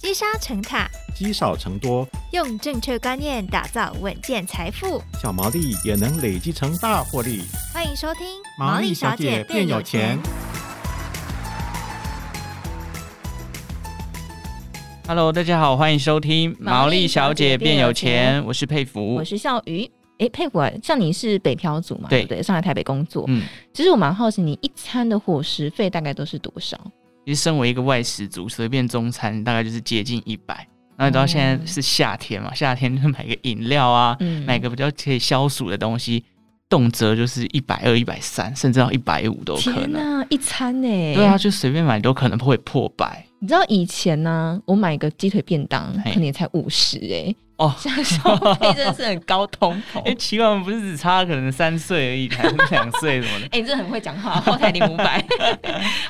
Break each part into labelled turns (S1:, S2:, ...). S1: 积沙成塔，
S2: 积少成多，
S1: 用正确观念打造稳健财富。
S2: 小毛利也能累积成大获利。
S1: 欢迎收听《
S2: 毛利小姐变有钱》。
S3: Hello，大家好，欢迎收听《毛
S4: 毛
S3: 利
S4: 利
S3: 小
S4: 小
S3: 姐
S4: 姐
S3: 变
S4: 变
S3: 有
S4: 有
S3: 钱》，
S4: 钱
S3: 我是佩服
S4: 我。是笑鱼。诶，佩服啊！像你是北漂族嘛，
S3: 对
S4: 对不对？上来台北工作，
S3: 嗯，
S4: 其实我蛮好奇，你一餐的伙食费大概都是多少？
S3: 其实身为一个外食族，随便中餐大概就是接近一百。然后你到现在是夏天嘛，夏天就买个饮料啊，
S4: 嗯
S3: 买个比较可以消暑的东西，动辄就是一百二、一百三，甚至到一百五都有可
S4: 天
S3: 能。
S4: 呐，一餐呢、
S3: 对啊，，就随便买都可能会破百
S4: 你知道以前呢、我买个鸡腿便当
S3: 嘿
S4: 可能也才五十 哎，
S3: 哦。
S4: 现在消费真的是很高通膨。
S3: 哎，奇怪，我们不是只差可能三岁而已，还是两岁什么 的？
S4: 哎、你真的很会讲话，后台零五 百。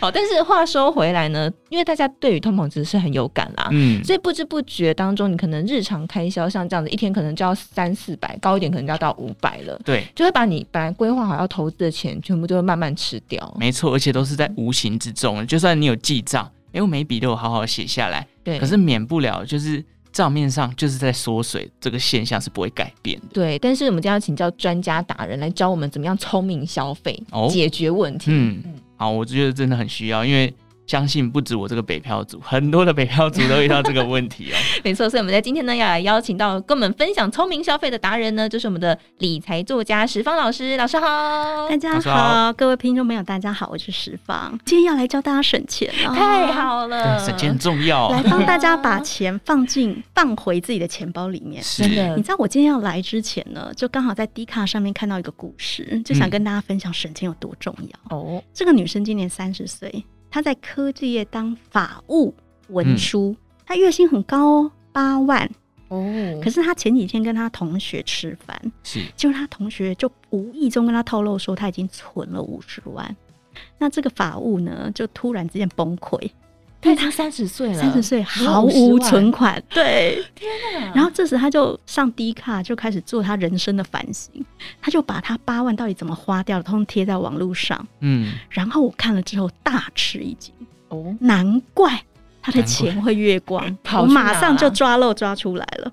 S4: 好，但是话说回来呢，因为大家对于通膨值是很有感啦，
S3: 嗯，
S4: 所以不知不觉当中，你可能日常开销像这样子，一天可能就要三四百，高一点可能就要到五百了，
S3: 对，
S4: 就会把你本来规划好要投资的钱，全部都会慢慢吃掉，
S3: 没错，而且都是在无形之中的。就算你有记账，哎，我每一笔都有好好写下来，
S4: 对，
S3: 可是免不了就是账面上就是在缩水，这个现象是不会改变的。
S4: 对，但是我们今天要请教专家达人来教我们怎么样聪明消费，
S3: 哦
S4: 解决问题。
S3: 嗯，好，我觉得真的很需要，因为相信不止我这个北漂族，很多的北漂族都遇到这个问题哦。
S4: 没错，所以我们在今天呢，要来邀请到跟我们分享聪明消费的达人呢，就是我们的理财作家石方老师，老师好。
S5: 大家
S3: 老师好
S5: 好，各位听众朋友，大家好，我是石方，今天要来教大家省钱了，
S4: 太好了，
S3: 对，省钱很重要、
S5: 来
S3: 哦，
S5: 帮大家把钱放进放回自己的钱包里面。
S3: 是
S4: 真的
S5: 你知道我今天要来之前呢，就刚好在 D 卡上面看到一个故事，就想
S3: 嗯
S5: 跟大家分享省钱有多重要。
S4: 哦，
S5: 这个女生今年三十岁，她在科技业当法务文
S3: 嗯
S5: 书，她月薪很高哦，八万。
S4: 哦
S5: 可是她前几天跟她同学吃饭，
S3: 是
S5: 结果她同学就无意中跟她透露说，她已经存了五十万。那这个法务呢，就突然之间崩溃，
S4: 他已经三十岁了，
S5: 三十岁
S4: 有
S5: 毫
S4: 50
S5: 无
S4: 万
S5: 存款，对。
S4: 然
S5: 然后这时他就上 D 卡，就开始做他人生的反省。他就把他八万到底怎么花掉的，通通贴在网络上。
S3: 嗯，
S5: 然后我看了之后大吃一惊，
S4: 哦，
S5: 难怪他的
S3: 难怪
S5: 钱会月光，
S4: 跑
S5: 我
S4: 去哪
S5: 马上就
S4: 了
S5: 抓漏抓出来了。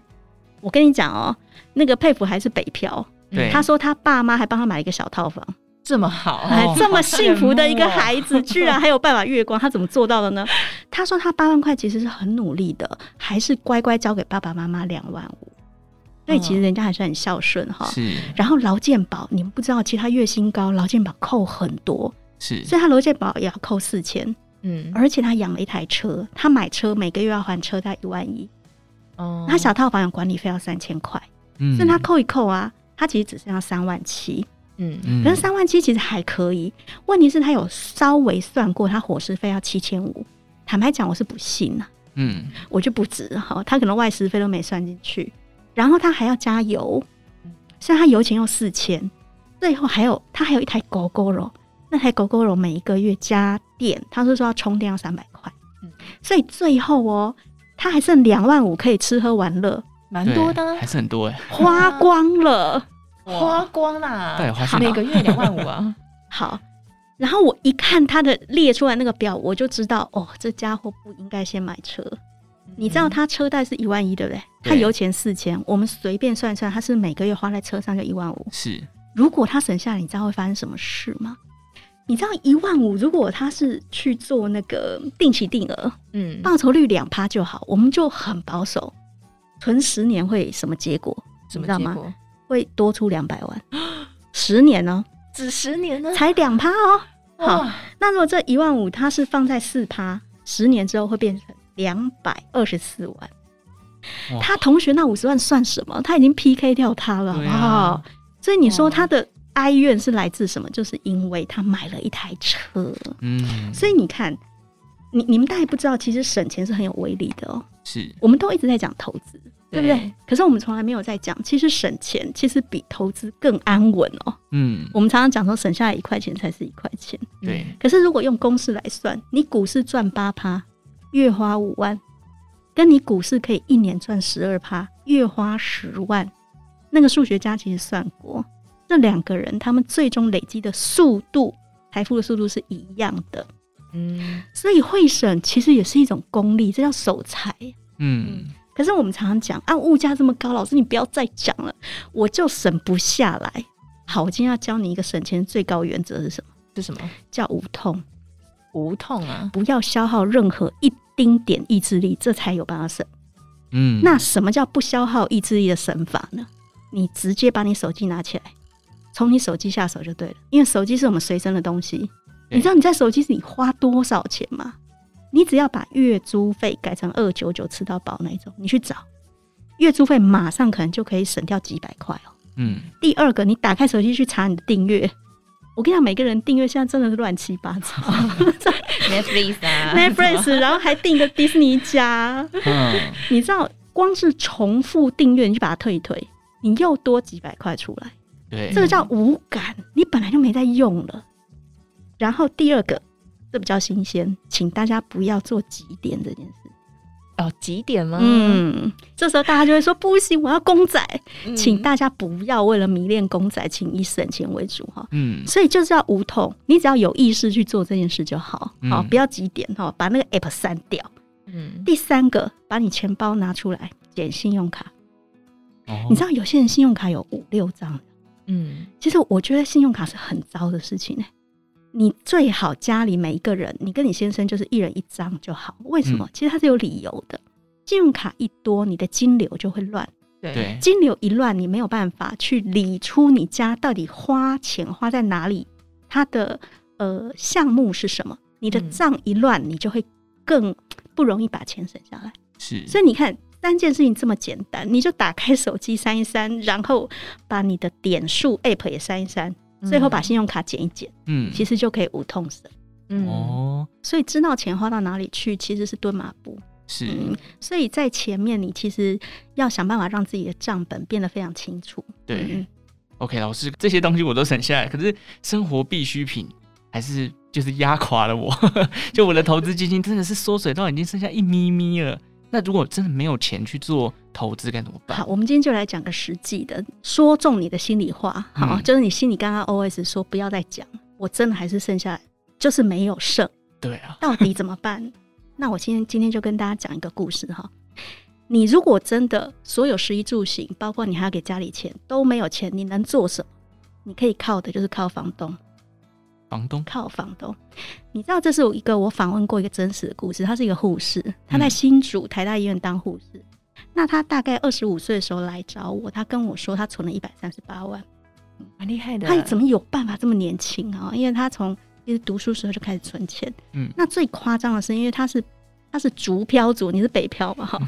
S5: 我跟你讲哦，那个佩服还是北漂，
S3: 对，
S5: 他说他爸妈还帮他买了一个小套房，
S4: 这么好，
S5: 哎，这么幸福的一个
S4: 哦 好羡慕哦
S5: 孩子，居然还有办法月光，他怎么做到的呢？他说他八万块其实是很努力的，还是乖乖交给爸爸妈妈两万五，所以其实人家还是很孝顺哈。
S3: 是
S5: 然后劳健保，你们不知道，其实他月薪高，劳健保扣很多，
S3: 是
S5: 所以他劳健保也要扣四千，
S4: 嗯，
S5: 而且他养了一台车，他买车每个月要还车贷一万一，
S4: 哦
S5: 那小套房有管理费要三千块，
S3: 嗯
S5: 所以他扣一扣啊，他其实只剩下三万七。
S4: 嗯
S3: 嗯
S5: 可是三万七其实还可以，问题是他有稍微算过，他伙食费要七千五。坦白讲，我是不信啊，
S3: 嗯
S5: 我就不值哈，他可能外食费都没算进去，然后他还要加油，所以他油钱要四千，最后还有他还有一台狗狗肉，那台狗狗肉每一个月加电，他是说要充电要三百块
S4: 嗯，
S5: 所以最后哦，他还剩两万五可以吃喝玩乐，
S4: 蛮
S3: 对
S4: 多的啊
S3: 还，是很多哎，
S5: 花光了。
S4: 花光啦，
S3: 到底花去哪
S4: 每个月两万五啊，
S5: 好，然后我一看他的列出来那个表，我就知道哦，这家伙不应该先买车。
S4: 嗯
S5: 你知道他车贷是一万一，对不对？
S3: 对
S5: 他油钱四千，我们随便算一算，他是每个月花在车上就一万五。
S3: 是
S5: 如果他省下来，你知道会发生什么事吗？你知道一万五，如果他是去做那个定期定额，
S4: 嗯，
S5: 报酬率两趴就好，我们就很保守，存十年会什么结果？
S4: 什么
S5: 你知道
S4: 结
S5: 吗？
S4: 果？
S5: 会多出两百万， 十年哦，
S4: 只十年呢？
S5: 才两趴哦。好
S4: 哇，
S5: 那如果这一万五它是放在四趴，十年之后会变成两百二十四万
S3: 哇。
S5: 他同学那五十万算什么？他已经 PK 掉他了，好
S3: 对
S5: 不
S3: 啊
S5: 好？所以你说
S4: 哇
S5: 他的哀怨是来自什么？就是因为他买了一台车。
S3: 嗯
S5: 所以你看，你你们大概不知道，其实省钱是很有威力的哦。
S3: 是
S5: 我们都一直在讲投资，对不
S4: 对
S5: 对？可是我们从来没有在讲，其实省钱其实比投资更安稳哦。
S3: 嗯
S5: 我们常常讲说，省下来一块钱才是一块钱。
S3: 对
S5: 可是如果用公式来算，你股市赚八趴，月花五万，跟你股市可以一年赚十二趴，月花十万，那个数学家其实算过，这两个人他们最终累积的速度，财富的速度是一样的。
S4: 嗯，
S5: 所以会省其实也是一种功力，这叫守财。
S3: 嗯，
S5: 可是我们常常讲啊，物价这么高，老师你不要再讲了，我就省不下来。好，我今天要教你一个省钱最高原则是什么？
S4: 是什么？
S5: 叫无痛，
S4: 无痛啊，
S5: 不要消耗任何一丁点意志力，这才有办法省。
S3: 嗯，
S5: 那什么叫不消耗意志力的省法呢？你直接把你手机拿起来，从你手机下手就对了，因为手机是我们随身的东西。
S3: 对
S5: 你知道你在手机里花多少钱吗？你只要把月租费改成二九九吃到饱那一种，你去找月租费，马上可能就可以省掉几百块哦。
S3: 嗯，
S5: 第二个，你打开手机去查你的订阅，我跟你讲，每个人订阅现在真的是乱七八 糟
S4: Netflix 啊
S5: ，Netflix，然后还订个迪士尼家，
S3: 嗯，
S5: 你知道，光是重复订阅你就把它退一退，你又多几百块出来，
S3: 对，
S5: 这个叫无感，你本来就没在用了。然后第二个，这比较新鲜，请大家不要做几点这件事。
S4: 哦，几点
S3: 啊
S4: 吗？
S5: 嗯，这时候大家就会说不行，我要公仔，
S4: 嗯
S5: 请大家不要为了迷恋公仔，请以省钱为主哈。
S3: 嗯
S5: 所以就是要无痛，你只要有意识去做这件事就好，
S3: 嗯
S5: 好、不要几点哈，把那个 app 删掉。
S4: 嗯，
S5: 第三个，把你钱包拿出来，减信用卡。
S3: 哦
S5: 你知道有些人信用卡有五六张，
S4: 嗯，
S5: 其实我觉得信用卡是很糟的事情呢、欸你最好家里每一个人，你跟你先生就是一人一张就好。为什么？
S3: 嗯
S5: 其实它是有理由的。信用卡一多，你的金流就会乱，
S3: 嗯
S4: 对，
S3: 对，
S5: 金流一乱，你没有办法去理出你家到底花钱花在哪里，它的呃项目是什么。你的
S4: 嗯
S5: 账一乱，你就会更不容易把钱省下来。
S3: 是，
S5: 所以你看，三件事情这么简单，你就打开手机删一删，然后把你的点数 App 也删一删，最后把信用卡减一减，
S3: 嗯，
S5: 其实就可以无痛省。
S4: 嗯
S3: 哦，
S5: 所以知道钱花到哪里去，其实是蹲马步。
S3: 是，
S5: 嗯，所以在前面你其实要想办法让自己的账本变得非常清楚。
S3: 对
S5: 嗯，
S3: OK，老师，这些东西我都省下来，可是生活必需品还是就是压垮了我。 就我的投资基金真的是缩水到已经剩下一咪咪了。那如果真的没有钱去做投资，该怎么办
S5: 好，？我们今天就来讲个实际的，说中你的心里话。好，
S3: 嗯
S5: 就是你心里刚刚 OS 说不要再讲，我真的还是剩下就是没有剩。
S3: 对啊，
S5: 到底怎么办？ 那我今天今天就跟大家讲一个故事哈。你如果真的所有食衣住行，包括你还要给家里钱都没有钱，你能做什么？你可以靠的就是靠房东，
S3: 房东，
S5: 靠房东。你知道这是有一个我访问过一个真实的故事，她是一个护士，她在新竹台大医院当护士。那她大概二十五岁的时候来找我，她跟我说她存了一百三十八万，
S4: 蛮厉害的，
S5: 他怎
S4: 么
S5: 么有办法这么年轻啊？因为他从其实读书时候就开始存钱。
S3: 嗯
S5: 那最夸张的是，因为他是他是竹漂族，你是北漂嘛哈，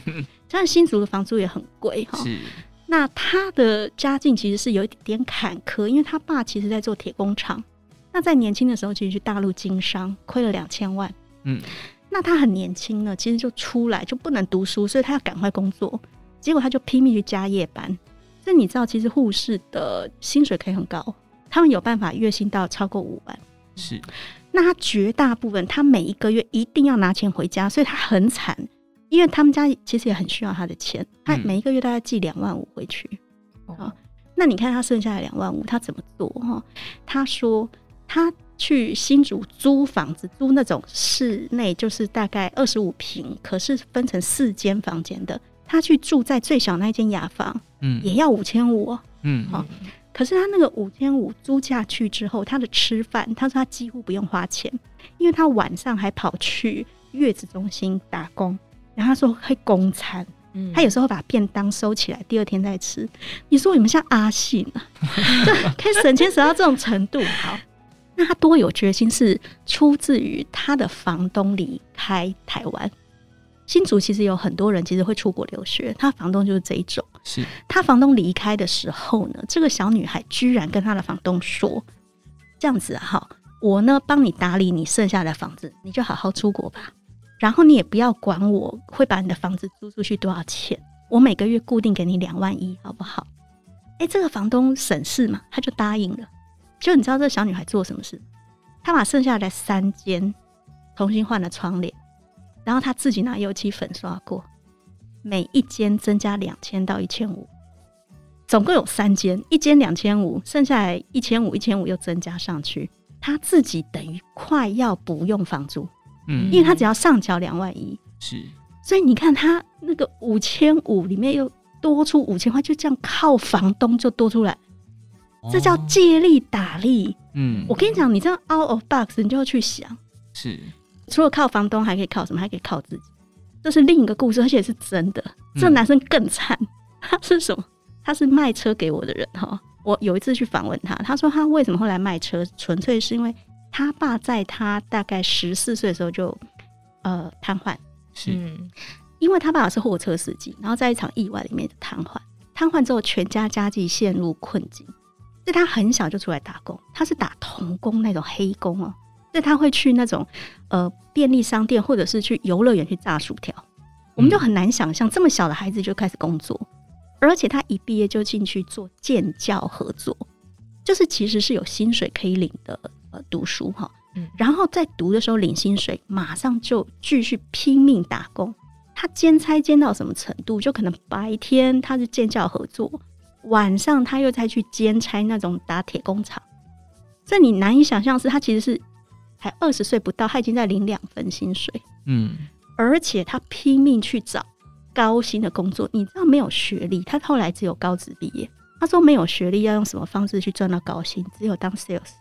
S5: 但是新竹的房租也很贵哈。
S3: 是，
S5: 那他的家境其实是有一点坎坷，因为他爸其实在做铁工厂，那在年轻的时候其实去大陆经商，亏了两千万。
S3: 嗯，
S5: 那他很年轻呢，其实就出来就不能读书，所以他要赶快工作，结果他就拼命去加夜班。这你知道，其实护士的薪水可以很高，他们有办法月薪到超过五万。
S3: 是，
S5: 那他绝大部分，他每一个月一定要拿钱回家，所以他很惨，因为他们家其实也很需要他的钱，他
S3: 嗯
S5: 每一个月大概寄两万五回去。
S4: 哦
S5: 那你看他剩下的两万五，他怎么做？哈，他说他去新竹租房子，租那种室内，就是大概二十五平，可是分成四间房间的。他去住在最小那一间雅房，
S3: 嗯
S5: 也要五千五。哦
S3: 嗯，
S5: 好可是他那个五千五租下去之后，他的吃饭，他说他几乎不用花钱，因为他晚上还跑去月子中心打工，然后他说会供餐。
S4: 嗯
S5: 他有时候把便当收起来，第二天再吃。你说你们像阿信啊，这可以省钱省到这种程度，好。那他多有决心是出自于他的房东离开台湾。新竹其实有很多人其实会出国留学，他房东就是这一种。
S3: 是，
S5: 他房东离开的时候呢，这个小女孩居然跟她的房东说：“这样子啊哈、我呢帮你打理你剩下的房子，你就好好出国吧。然后你也不要管我会把你的房子租出去多少钱，我每个月固定给你两万一，好不好？”哎，这个房东省事嘛，他就答应了。就你知道这小女孩做什么事？她把剩下的三间重新换了窗帘，然后她自己拿油漆粉刷过，每一间增加两千到一千五，总共有三间，一间两千五，剩下来一千五、一千五又增加上去，他自己等于快要不用房租，
S3: 嗯
S5: 因为他只要上缴两万一，
S3: 是，
S5: 所以你看他那个五千五里面又多出五千块，就这样靠房东就多出来，这叫
S3: 哦
S5: 借力打力。
S3: 嗯，
S5: 我跟你讲，你这样 out of box，你就要去想，
S3: 是
S5: 除了靠房东，还可以靠什么？还可以靠自己。这是另一个故事，而且是真的。这
S3: 嗯
S5: 男生更惨，他是什么？他是卖车给我的人哈。我有一次去访问他，他说他为什么后来卖车，纯粹是因为他爸在他大概十四岁的时候就呃瘫痪，
S3: 是
S4: 嗯，
S5: 因为他爸爸是货车司机，然后在一场意外里面瘫痪，瘫痪之后全家家计陷入困境，所以他很小就出来打工，他是打童工那种黑工哦，所以他会去那种呃便利商店或者是去游乐园去炸薯条，我们就很难想象这么小的孩子就开始工作，而且他一毕业就进去做建教合作，就是其实是有薪水可以领的呃读书哈、
S4: 嗯
S5: 然后在读的时候领薪水，马上就继续拼命打工。他兼差兼到什么程度？就可能白天他是建教合作，晚上他又再去兼差那种打铁工厂。这你难以想象，是他其实是才二十岁不到，他已经在领两份薪水，
S3: 嗯
S5: 而且他拼命去找高薪的工作。你知道没有学历，他后来只有高职毕业。他说没有学历要用什么方式去赚到高薪？只有当 sales。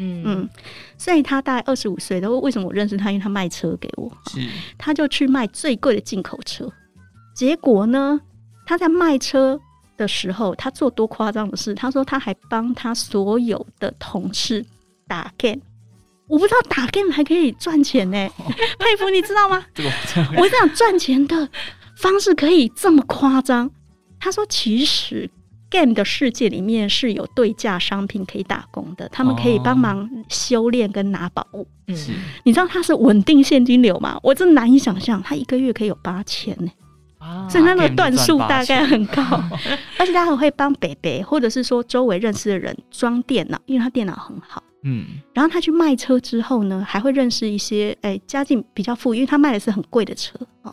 S4: 嗯嗯
S5: 嗯，所以他大概二十五岁，然后为什么我认识他？因为他卖车给我，
S3: 是
S5: 他就去卖最贵的进口车。结果呢，他在卖车的时候，他做多夸张的事？他说他还帮他所有的同事打 game。我不知道打 game 还可以赚钱呢、佩服你知道吗？
S3: 这个我真的会
S5: 我想赚钱的方式可以这么夸张。他说，其实 game 的世界里面是有对价商品可以打工的，他们可以
S3: 哦
S5: 帮忙修炼跟拿宝物。
S3: 是
S4: 嗯，
S5: 你知道他是稳定现金流吗？我真难以想象，他一个月可以有八千呢，
S3: 啊
S5: 所以他那
S3: game
S5: 个
S3: 就
S5: 段
S3: 赚
S5: 数
S3: 八
S5: 大概
S3: 千
S5: 很高， 而且他还会帮北北或者是说周围认识的人装电脑，因为他电脑很好。
S3: 嗯
S5: 然后他去卖车之后呢，还会认识一些哎家境比较富裕，因为他卖的是很贵的车哦，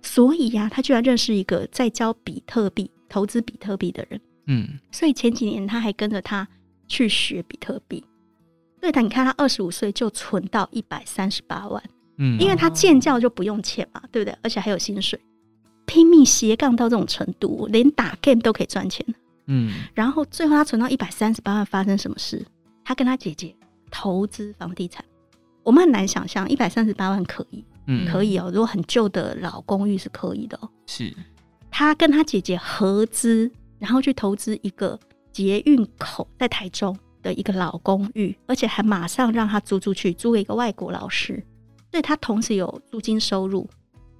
S5: 所以呀、他居然认识一个在教比特币投资比特币的人，
S3: 嗯
S5: 所以前几年他还跟着他去学比特币。对的，你看他二十五岁就存到一百三十八万，
S3: 嗯，
S5: 因为他建教就不用钱嘛，对不对？而且还有薪水，拼命斜杠到这种程度，连打 game 都可以赚钱。
S3: 嗯
S5: 然后最后他存到一百三十八万，发生什么事？他跟他姐姐投资房地产，我们很难想象一百三十八万可以，
S3: 嗯
S5: 可以哦。如果很旧的老公寓是可以的哦。
S3: 是
S5: 他跟他姐姐合资，然后去投资一个捷运口在台中的一个老公寓，而且还马上让他租出去，租给一个外国老师，所以他同时有租金收入，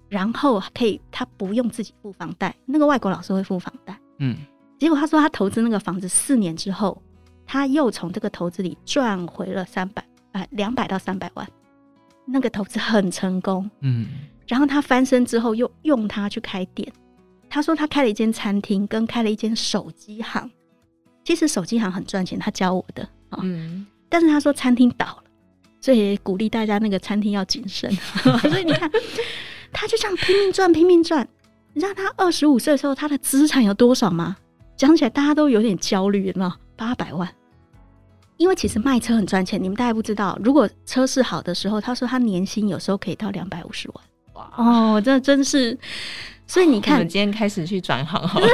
S5: 然后可以他不用自己付房贷，那个外国老师会付房贷。
S3: 嗯
S5: 结果他说他投资那个房子四年之后，他又从这个投资里赚回了三百啊两百到三百万，那个投资很成功。
S3: 嗯
S5: 然后他翻身之后又用它去开店。他说他开了一间餐厅，跟开了一间手机行。其实手机行很赚钱，他教我的啊、
S4: 嗯
S5: 但是他说餐厅倒了，所以鼓励大家那个餐厅要谨慎。 所以你看，他就这样拼命赚，拼命赚。你知道他二十五岁的时候，他的资产有多少吗？讲起来大家都有点焦虑，有没有？八百万。因为其实卖车很赚钱，你们大概不知道。如果车市好的时候，他说他年薪有时候可以到两百五十万。哦，这真是，所以你
S4: 我
S3: 哦
S5: 看
S4: 们，今天开始去转行好了，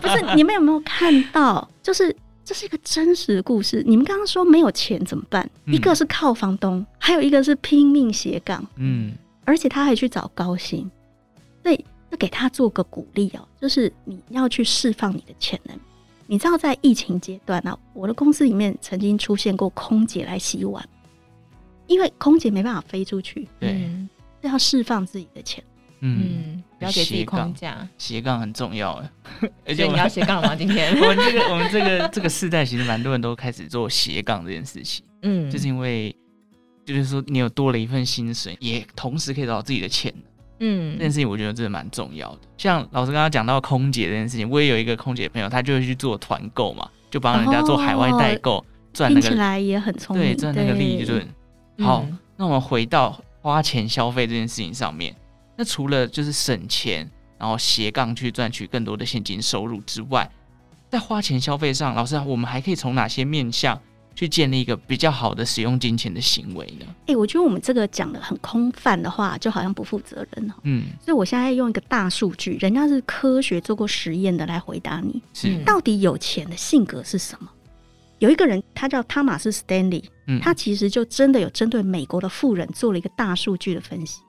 S5: 不是你们有没有看到？就是这是一个真实的故事。你们刚刚说没有钱怎么办？
S3: 嗯
S5: 一个是靠房东，还有一个是拼命斜杠，
S3: 嗯
S5: 而且他还去找高薪。所以，那给他做个鼓励哦，就是你要去释放你的潜能。你知道，在疫情阶段啊，我的公司里面曾经出现过空姐来洗碗，因为空姐没办法飞出去，
S3: 对
S4: 嗯
S5: 要释放自己的潜
S3: 嗯
S4: 嗯，不要给自己框架，
S3: 斜杠很重要哎，而
S4: 所
S3: 且
S4: 以
S3: 我
S4: 你
S3: 们
S4: 要斜杠了吗？今天
S3: 我们这个我们这个这个世代其实蛮多人都开始做斜杠这件事情，
S4: 嗯
S3: 就是因为就是说你有多了一份薪水，也同时可以找到自己的钱。这件
S4: 嗯
S3: 事情我觉得真的蛮重要的。像老师刚刚讲到空姐这件事情，我也有一个空姐朋友，她就会去做团购嘛，就帮人家做海外代购，赚
S5: 听
S3: 那
S5: 起
S3: 个
S5: 来也很聪明，
S3: 对赚那个利润。好，那我们回到花钱消费这件事情上面，那除了就是省钱，然后斜杠去赚取更多的现金收入之外，在花钱消费上，老师啊我们还可以从哪些面向去建立一个比较好的使用金钱的行为呢？
S5: 哎、我觉得我们这个讲的很空泛的话，就好像不负责任哦。
S3: 嗯，
S5: 所以我现在用一个大数据，人家是科学做过实验的来回答你，
S3: 是，
S4: 嗯
S5: 到底有钱的性格是什么？有一个人，他叫汤马斯·斯丹利，
S3: 嗯，
S5: 他其实就真的有针对美国的富人做了一个大数据的分析，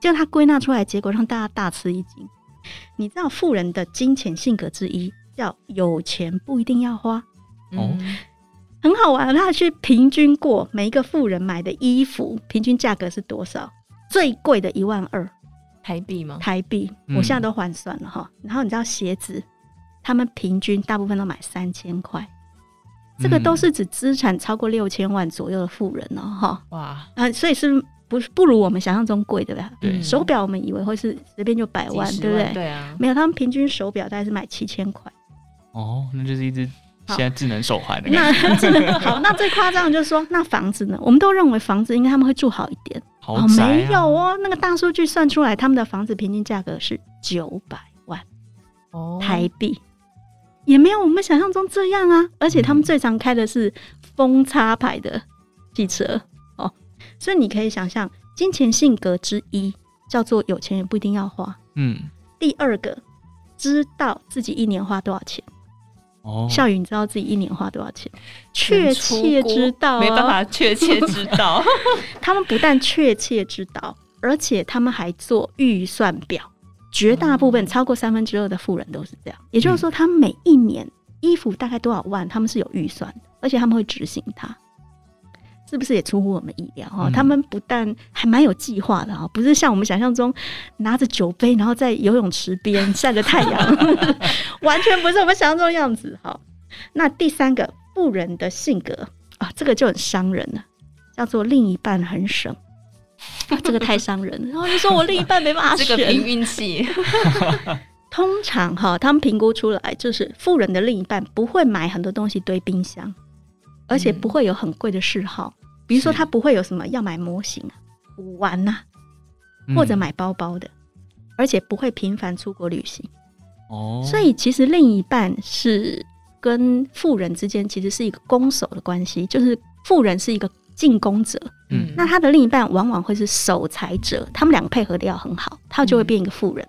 S5: 结果他归纳出来，结果让大家大吃一惊。你知道富人的金钱性格之一叫有钱不一定要花，
S3: 哦
S4: 嗯
S5: 很好玩。他去平均过每一个富人买的衣服平均价格是多少，最贵的一万二
S4: 台币吗？
S5: 台币，
S3: 嗯
S5: 我现在都换算了哈。然后你知道鞋子，他们平均大部分都买三千块，这个都是指资产超过六千万左右的富人哦哈。
S4: 哇，
S5: 啊，所以是不是不如我们想象中贵，对吧？
S3: 对
S4: 嗯
S5: 手表我们以为会是随便就百万，
S4: 几十
S5: 对不对？
S4: 对啊，
S5: 没有，他们平均手表大概是买七千块。
S3: 哦，那就是一只
S5: 好
S3: 现在智能手环的 感觉，
S5: 那好，那最夸张的就是说，那房子呢？我们都认为房子应该他们会住好一点，
S3: 豪宅、啊
S5: 没有，哦。那个大数据算出来，他们的房子平均价格是九百万
S4: 哦
S5: 台币，也没有我们想象中这样啊。而且他们
S3: 嗯
S5: 最常开的是风叉牌的汽车哦，所以你可以想象，金钱性格之一叫做有钱也不一定要花。
S3: 嗯，
S5: 第二个，知道自己一年花多少钱。
S3: 哦，
S5: 笑宇，你知道自己一年花多少钱？确切知道、哦
S4: 没办。法确切知 道。
S5: 他们不但确切知道，而且他们还做预算表。绝大部分超过三分之二的富人都是这样，也就是说，他们每一年衣服大概多少万，他们是有预算的，而且他们会执行它。是不是也出乎我们意料哈、哦
S3: 嗯
S5: 他们不但还蛮有计划的哈、哦，不是像我们想象中拿着酒杯，然后在游泳池边晒着太阳，完全不是我们想象中的样子哈。那第三个富人的性格啊，这个就很伤人了，叫做另一半很省，啊、这个太伤人 了。然后就哦说我另一半没办 法
S4: 这
S5: 选，
S4: 个凭运气，
S5: 通常哈，他们评估出来就是富人的另一半不会买很多东西堆冰箱，而且不会有很贵的嗜好，比如说
S3: 是
S5: 他不会有什么要买模型啊、古玩呐、
S3: 嗯
S5: 或者买包包的，而且不会频繁出国旅行。
S3: 哦，
S5: 所以其实另一半是跟富人之间其实是一个攻守的关系，就是富人是一个进攻者，
S3: 嗯
S5: 那他的另一半往往会是守财者，他们两个配合的要很好，他就会变一个富人。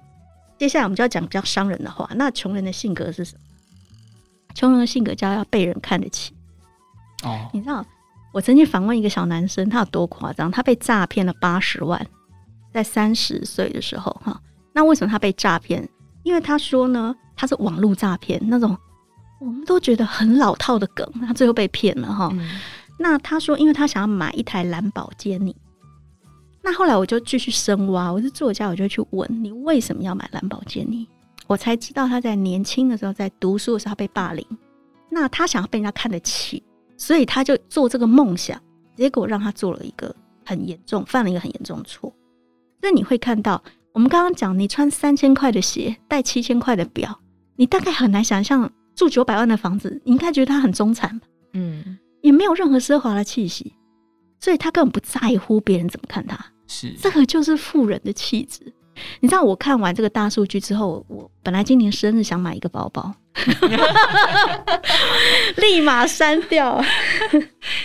S5: 接下来我们就要讲比较伤人的话，那穷人的性格是什么？穷人的性格叫要被人看得起。
S3: 哦，
S5: 你知道，我曾经访问一个小男生，他有多夸张？他被诈骗了八十万，在三十岁的时候哈。那为什么他被诈骗？因为他说呢，他是网络诈骗那种，我们都觉得很老套的梗，他最后被骗了哈。
S4: 嗯
S5: 那他说，因为他想要买一台蓝宝坚尼。那后来我就继续深挖，我是作家，我就去问你为什么要买蓝宝坚尼？我才知道他在年轻的时候，在读书的时候他被霸凌，那他想要被人家看得起，所以他就做这个梦想，结果让他做了一个很严重，犯了一个很严重的错。所以你会看到，我们刚刚讲，你穿三千块的鞋，戴七千块的表，你大概很难想象住九百万的房子，你应该觉得他很中产吧？
S4: 嗯，
S5: 也没有任何奢华的气息，所以他根本不在乎别人怎么看他。
S3: 是
S5: 这个就是富人的气质。你知道我看完这个大数据之后，我本来今年生日想买一个包包， 立马删 掉。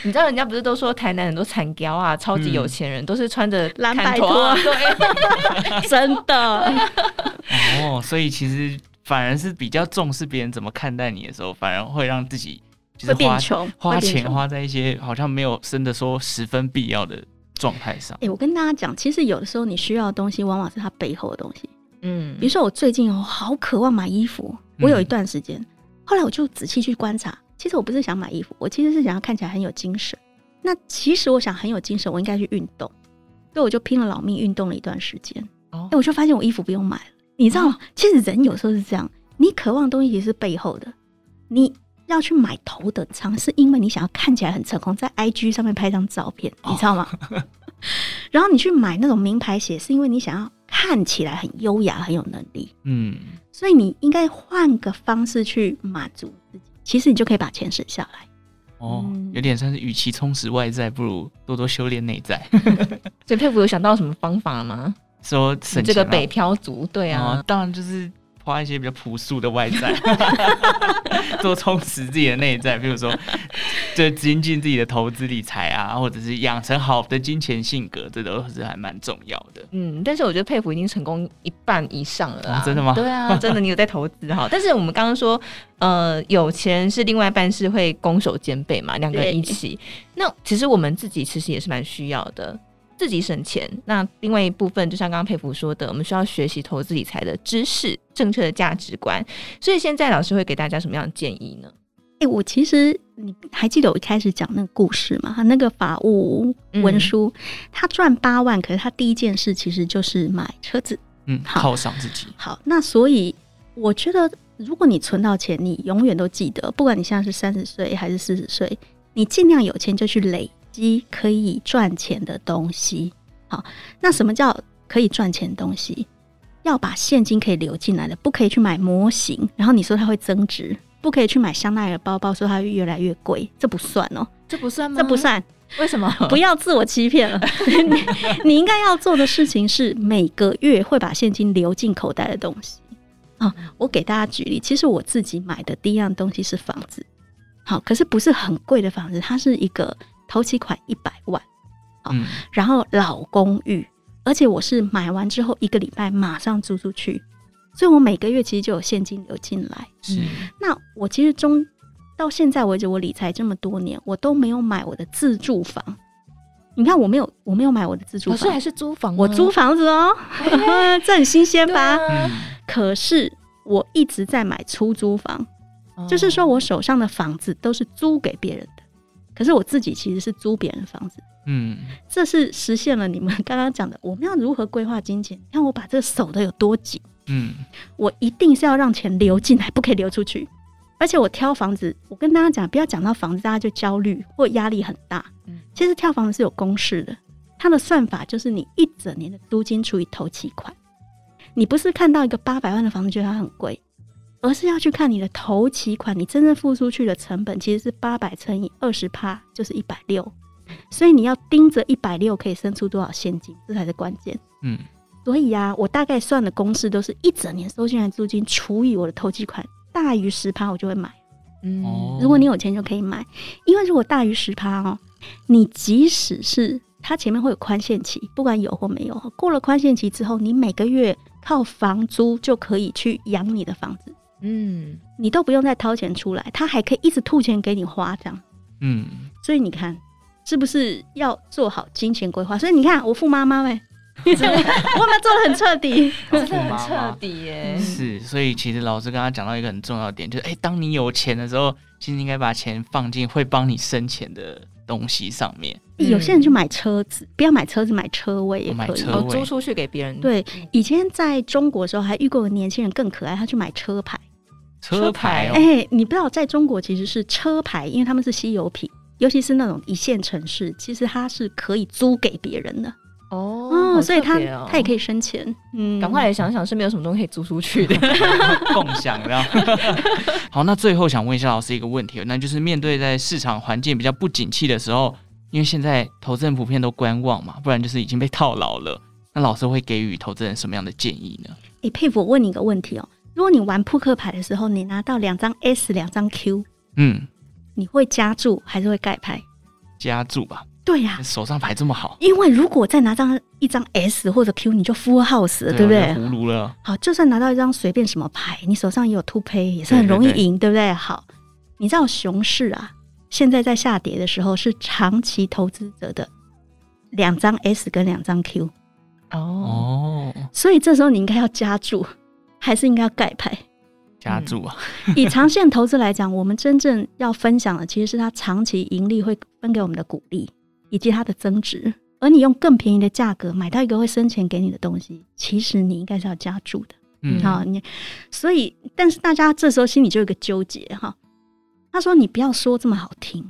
S4: 你知道人家不是都说台南很多产雕啊，超级有钱人、都是穿着
S5: 蓝
S4: 坎
S5: 白
S4: 托啊，
S5: 拖
S4: 对，
S5: 真的，
S3: 哦，所以其实反而是比较重视别人怎么看待你的时候，反而会让自己就是
S5: 会
S3: 花
S5: 变穷，
S3: 花
S5: 会变
S3: 钱
S5: 穷。
S3: 花在一些好像没有真的说十分必要的状态上。
S5: 哎、我跟大家讲，其实有的时候你需要的东西，往往是它背后的东西。
S4: 嗯
S5: 比如说，我最近我好渴望买衣服，我有一段时间，后来我就仔细去观察，其实我不是想买衣服，我其实是想要看起来很有精神。那其实我想很有精神，我应该去运动，所以我就拼了老命运动了一段时间。
S4: 哦
S5: 哎、我就发现我衣服不用买了，你知道吗？其实人有时候是这样，你渴望的东西其实是背后的，你要去买头等舱，是因为你想要看起来很成功，在 IG 上面拍张照片，你知道吗？ 然后你去买那种名牌鞋，是因为你想要看起来很优雅、很有能力，
S3: 嗯，
S5: 所以你应该换个方式去满足自己。其实你就可以把钱省下来。
S3: 哦
S5: 嗯，
S3: 有点像是与其充实外在，不如多多修炼内 在。
S4: 所以佩服有想到什么方法吗？
S3: 说省
S4: 这
S3: 钱
S4: 个
S3: 啊
S4: 北漂族，对
S3: 哦
S4: 啊，，
S3: 当然就是花一些比 较朴素的外在，多充实自己的内在，比如说这精进自己的投资理财啊，或者是养成好的金钱性格，这都是还蛮重要的。
S4: 嗯，但是我觉得佩服已经成功一半以上了啦。
S3: 哦真的吗
S4: 对啊，真的，你有在投资哈。但是我们刚刚说，呃，有钱是另外一半是会攻守兼备嘛，两个人一起。那其实我们自己其实也是蛮需要的，自己省钱。那另外一部分，就像刚刚佩服说的，我们需要学习投资理财的知识、正确的价值观。所以现在老师会给大家什么样的建议呢？
S5: 哎、我其实你还记得我一开始讲那个故事吗？他那个法务文书，他赚八万，可是他第一件事其实就是买车子。
S3: 嗯，
S5: 好
S3: 犒赏自己，
S5: 好，那所以我觉得，如果你存到钱，你永远都记得，不管你现在是三十岁还是四十岁，你尽量有钱就去累积可以赚钱的东西。好，那什么叫可以赚钱的东西？要把现金可以流进来的，不可以去买模型，然后你说它会增值，不可以去买香奈儿包包，说它会越来越贵，这不算哦，
S4: 这不算吗？
S5: 这不，算。
S4: 为什 么？
S5: 不要自我欺骗了。 你你应该要做的事情是每个月会把现金流进口袋的东西啊。我给大家举例，其实我自己买的第一样东西是房子，好，可是不是很贵的房子，它是一个头期款一百万，
S3: 嗯，
S5: 然后老公寓，而且我是买完之后一个礼拜马上租出去，所以我每个月其实就有现金流进来。
S3: 是，
S5: 那我其实中到现在为止，我理财这么多年，我都没有买我的自住房。你看，我没有，我没有买我的自住
S4: 老
S5: 房，
S4: 师还是租房吗，啊
S5: 我租房子哦， 这很新鲜
S4: 对
S5: 吧？
S4: 啊，
S3: 嗯，
S5: 可是我一直在买出租房，
S4: 哦
S5: 就是说我手上的房子都是租给别人的，可是我自己其实是租别人的房子。
S3: 嗯，
S5: 这是实现了你们刚刚讲的，我们要如何规划金钱？你看我把这个守的有多紧。
S3: 嗯，
S5: 我一定是要让钱流进来，不可以流出去。而且我挑房子，我跟大家讲，不要讲到房子大家就焦虑或压力很大
S4: 嗯。
S5: 其实挑房子是有公式的，它的算法就是你一整年的租金除以头期款。你不是看到一个八百万的房子觉得它很贵，而是要去看你的头期款，你真正付出去的成本其实是八百乘以二十趴，就是一百六。所以你要盯着一百六可以生出多少现金，这才是关键。
S3: 嗯，
S5: 所以啊，我大概算的公式都是一整年收进来租金除以我的投机款大于十趴，我就会买。
S4: 嗯
S3: 哦
S5: 如果你有钱就可以买，因为如果大于十趴哦，你即使是它前面会有宽限期，不管有或没有，过了宽限期之后，你每个月靠房租就可以去养你的房子，
S4: 嗯，
S5: 你都不用再掏钱出来，它还可以一直吐钱给你花这样。
S3: 嗯，
S5: 所以你看，是不是要做好金钱规划？所以你看，我富妈妈们， 我有没有做的很彻底？
S4: 真
S3: 富
S4: 的很
S3: 哦妈妈
S4: 彻底耶。
S3: 是，所以其实老师刚刚讲到一个很重要的点，就是哎、当你有钱的时候，其实应该把钱放进会帮你生钱的东西上面。
S5: 欸有些人去买车子，不要买车子，买车位也
S3: 哦买
S5: 可以。
S3: 车
S4: 哦
S3: 位，
S4: 租出去给别人，
S5: 对，以前在中国的时候还遇过个年轻人更可爱，他去买车牌。
S3: 车牌
S5: 哎、
S3: 哦，
S5: 你不知道，在中国其实是车牌，因为他们是稀有品，尤其是那种一线城市，其实它是可以租给别人的
S4: 哦
S5: 所以他他也可
S4: 以。
S5: 以生钱。嗯，
S4: 赶快来想想，是没有什么东西可以租出 去的。
S3: 共享的。 好，那最后想问一下老师一个问题，哦那就是面对在市场环境比较不景气的时候，因为现在投资人普遍都观望嘛，不然就是已经被套牢了。 那老师会给予投资人什么样的建议呢？
S5: 哎、佩服，我问你一个问题哦，如果你玩扑克牌的时候，你拿到两张 S 两张 Q，
S3: 嗯，
S5: 你会加注还是会盖牌？
S3: 加注吧，
S5: 对呀、
S3: 手上牌这么好，
S5: 因为如果再拿张一张 S 或者 Q，你就 full house 了，对不
S3: 我
S5: 对
S3: 就？葫芦了，
S5: 好，就算拿到一张随便什么牌，你手上也有 two pay，也是很容易
S3: 对对对
S5: 赢，对不对？好，你知道熊市啊，现在在下跌的时候是长期投资者的两张 S 跟两张 Q，
S4: 哦，
S3: 哦，
S5: 所以这时候你应该要加注，还是应该要盖 牌？
S3: 加注啊，
S5: 以长线投资来讲，我们真正要分享的其实是它长期盈利会分给我们的股利，以及它的增值。而你用更便宜的价格买到一个会生钱给你的东西，其实你应该是要加注的。
S3: 嗯，
S5: 好，你所以，但是大家这时候心里就有一个纠结哈。他说：“你不要说这么好听，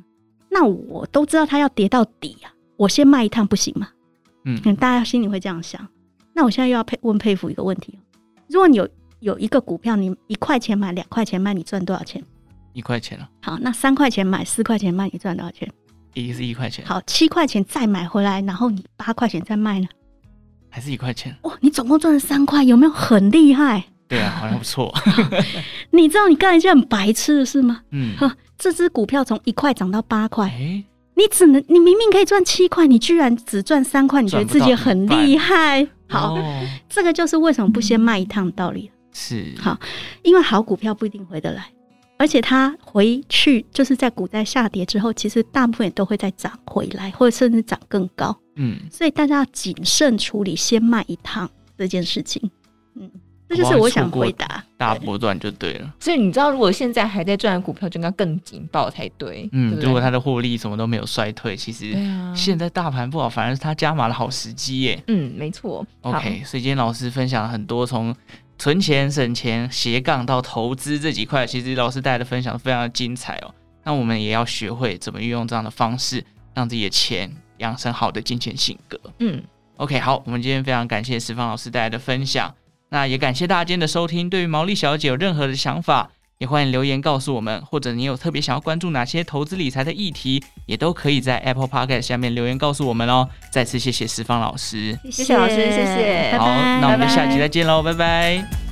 S5: 那我都知道它要跌到底啊，我先卖一趟不行吗？”
S3: 嗯
S5: 嗯，大家心里会这样想。那我现在又要佩问佩服一个问题哦：如果你有有一个股票，你一块钱买，两块钱卖，你赚多少钱？
S3: 一块钱了，啊
S5: 好，那三块钱买，四块钱卖，你赚多少钱？
S3: 一个是一块钱，
S5: 好，七块钱再买回来，然后你八块钱再卖呢？
S3: 还是一块钱，
S5: 哇、你总共赚了三块，有没有很厉害？
S3: 对啊，好像不错。
S5: 你知道你干了一件很白痴的事吗？
S3: 嗯，
S5: 这只股票从一块涨到八块，
S3: 哎，
S5: 你只能你明明可以赚七块，你居然只赚三块，你觉得自己很厉害。好，
S3: 哦
S5: 这个就是为什么不先卖一趟的道理，
S3: 是
S5: 好因为好股票不一定回得来，而且它回去就是在股灾下跌之后，其实大部分也都会再涨回来，或者甚至涨更高。
S3: 嗯，
S5: 所以大家要谨慎处理，先卖一趟这件事情。嗯，这
S3: 啊
S5: 就是我想回答。
S3: 大波段就对了。
S4: 所以你知道，如果现在还在赚的股票，就应该更紧抱才对。
S3: 嗯，
S4: 对
S3: 如
S4: 不
S3: 果
S4: 对？
S3: 它的获利什么都没有衰退，其
S4: 对
S3: 实
S4: 啊，
S3: 现在大盘不好，反而是它加码的好时机耶。
S4: 嗯，没错。好
S3: OK，所以今天老师分享了很多从存钱、省钱、斜杠到投资这几块，其实老师带来的分享非常的精彩哦。那我们也要学会怎么运用这样的方式，让自己的钱养成好的金钱性格。
S4: 嗯，
S3: OK，好，我们今天非常感谢石方老师带来的分享，那也感谢大家今天的收听。对于毛利小姐有任何的想法，也欢迎留言告诉我们，或者你有特别想要关注哪些投资理财的议题，也都可以在 Apple Podcast 下面留言告诉我们哦。再次谢谢石方老师，
S4: 谢谢老师谢谢
S5: 拜
S3: 好
S5: 拜。，
S3: 那我们
S4: 拜拜
S3: 下集再见喽，拜拜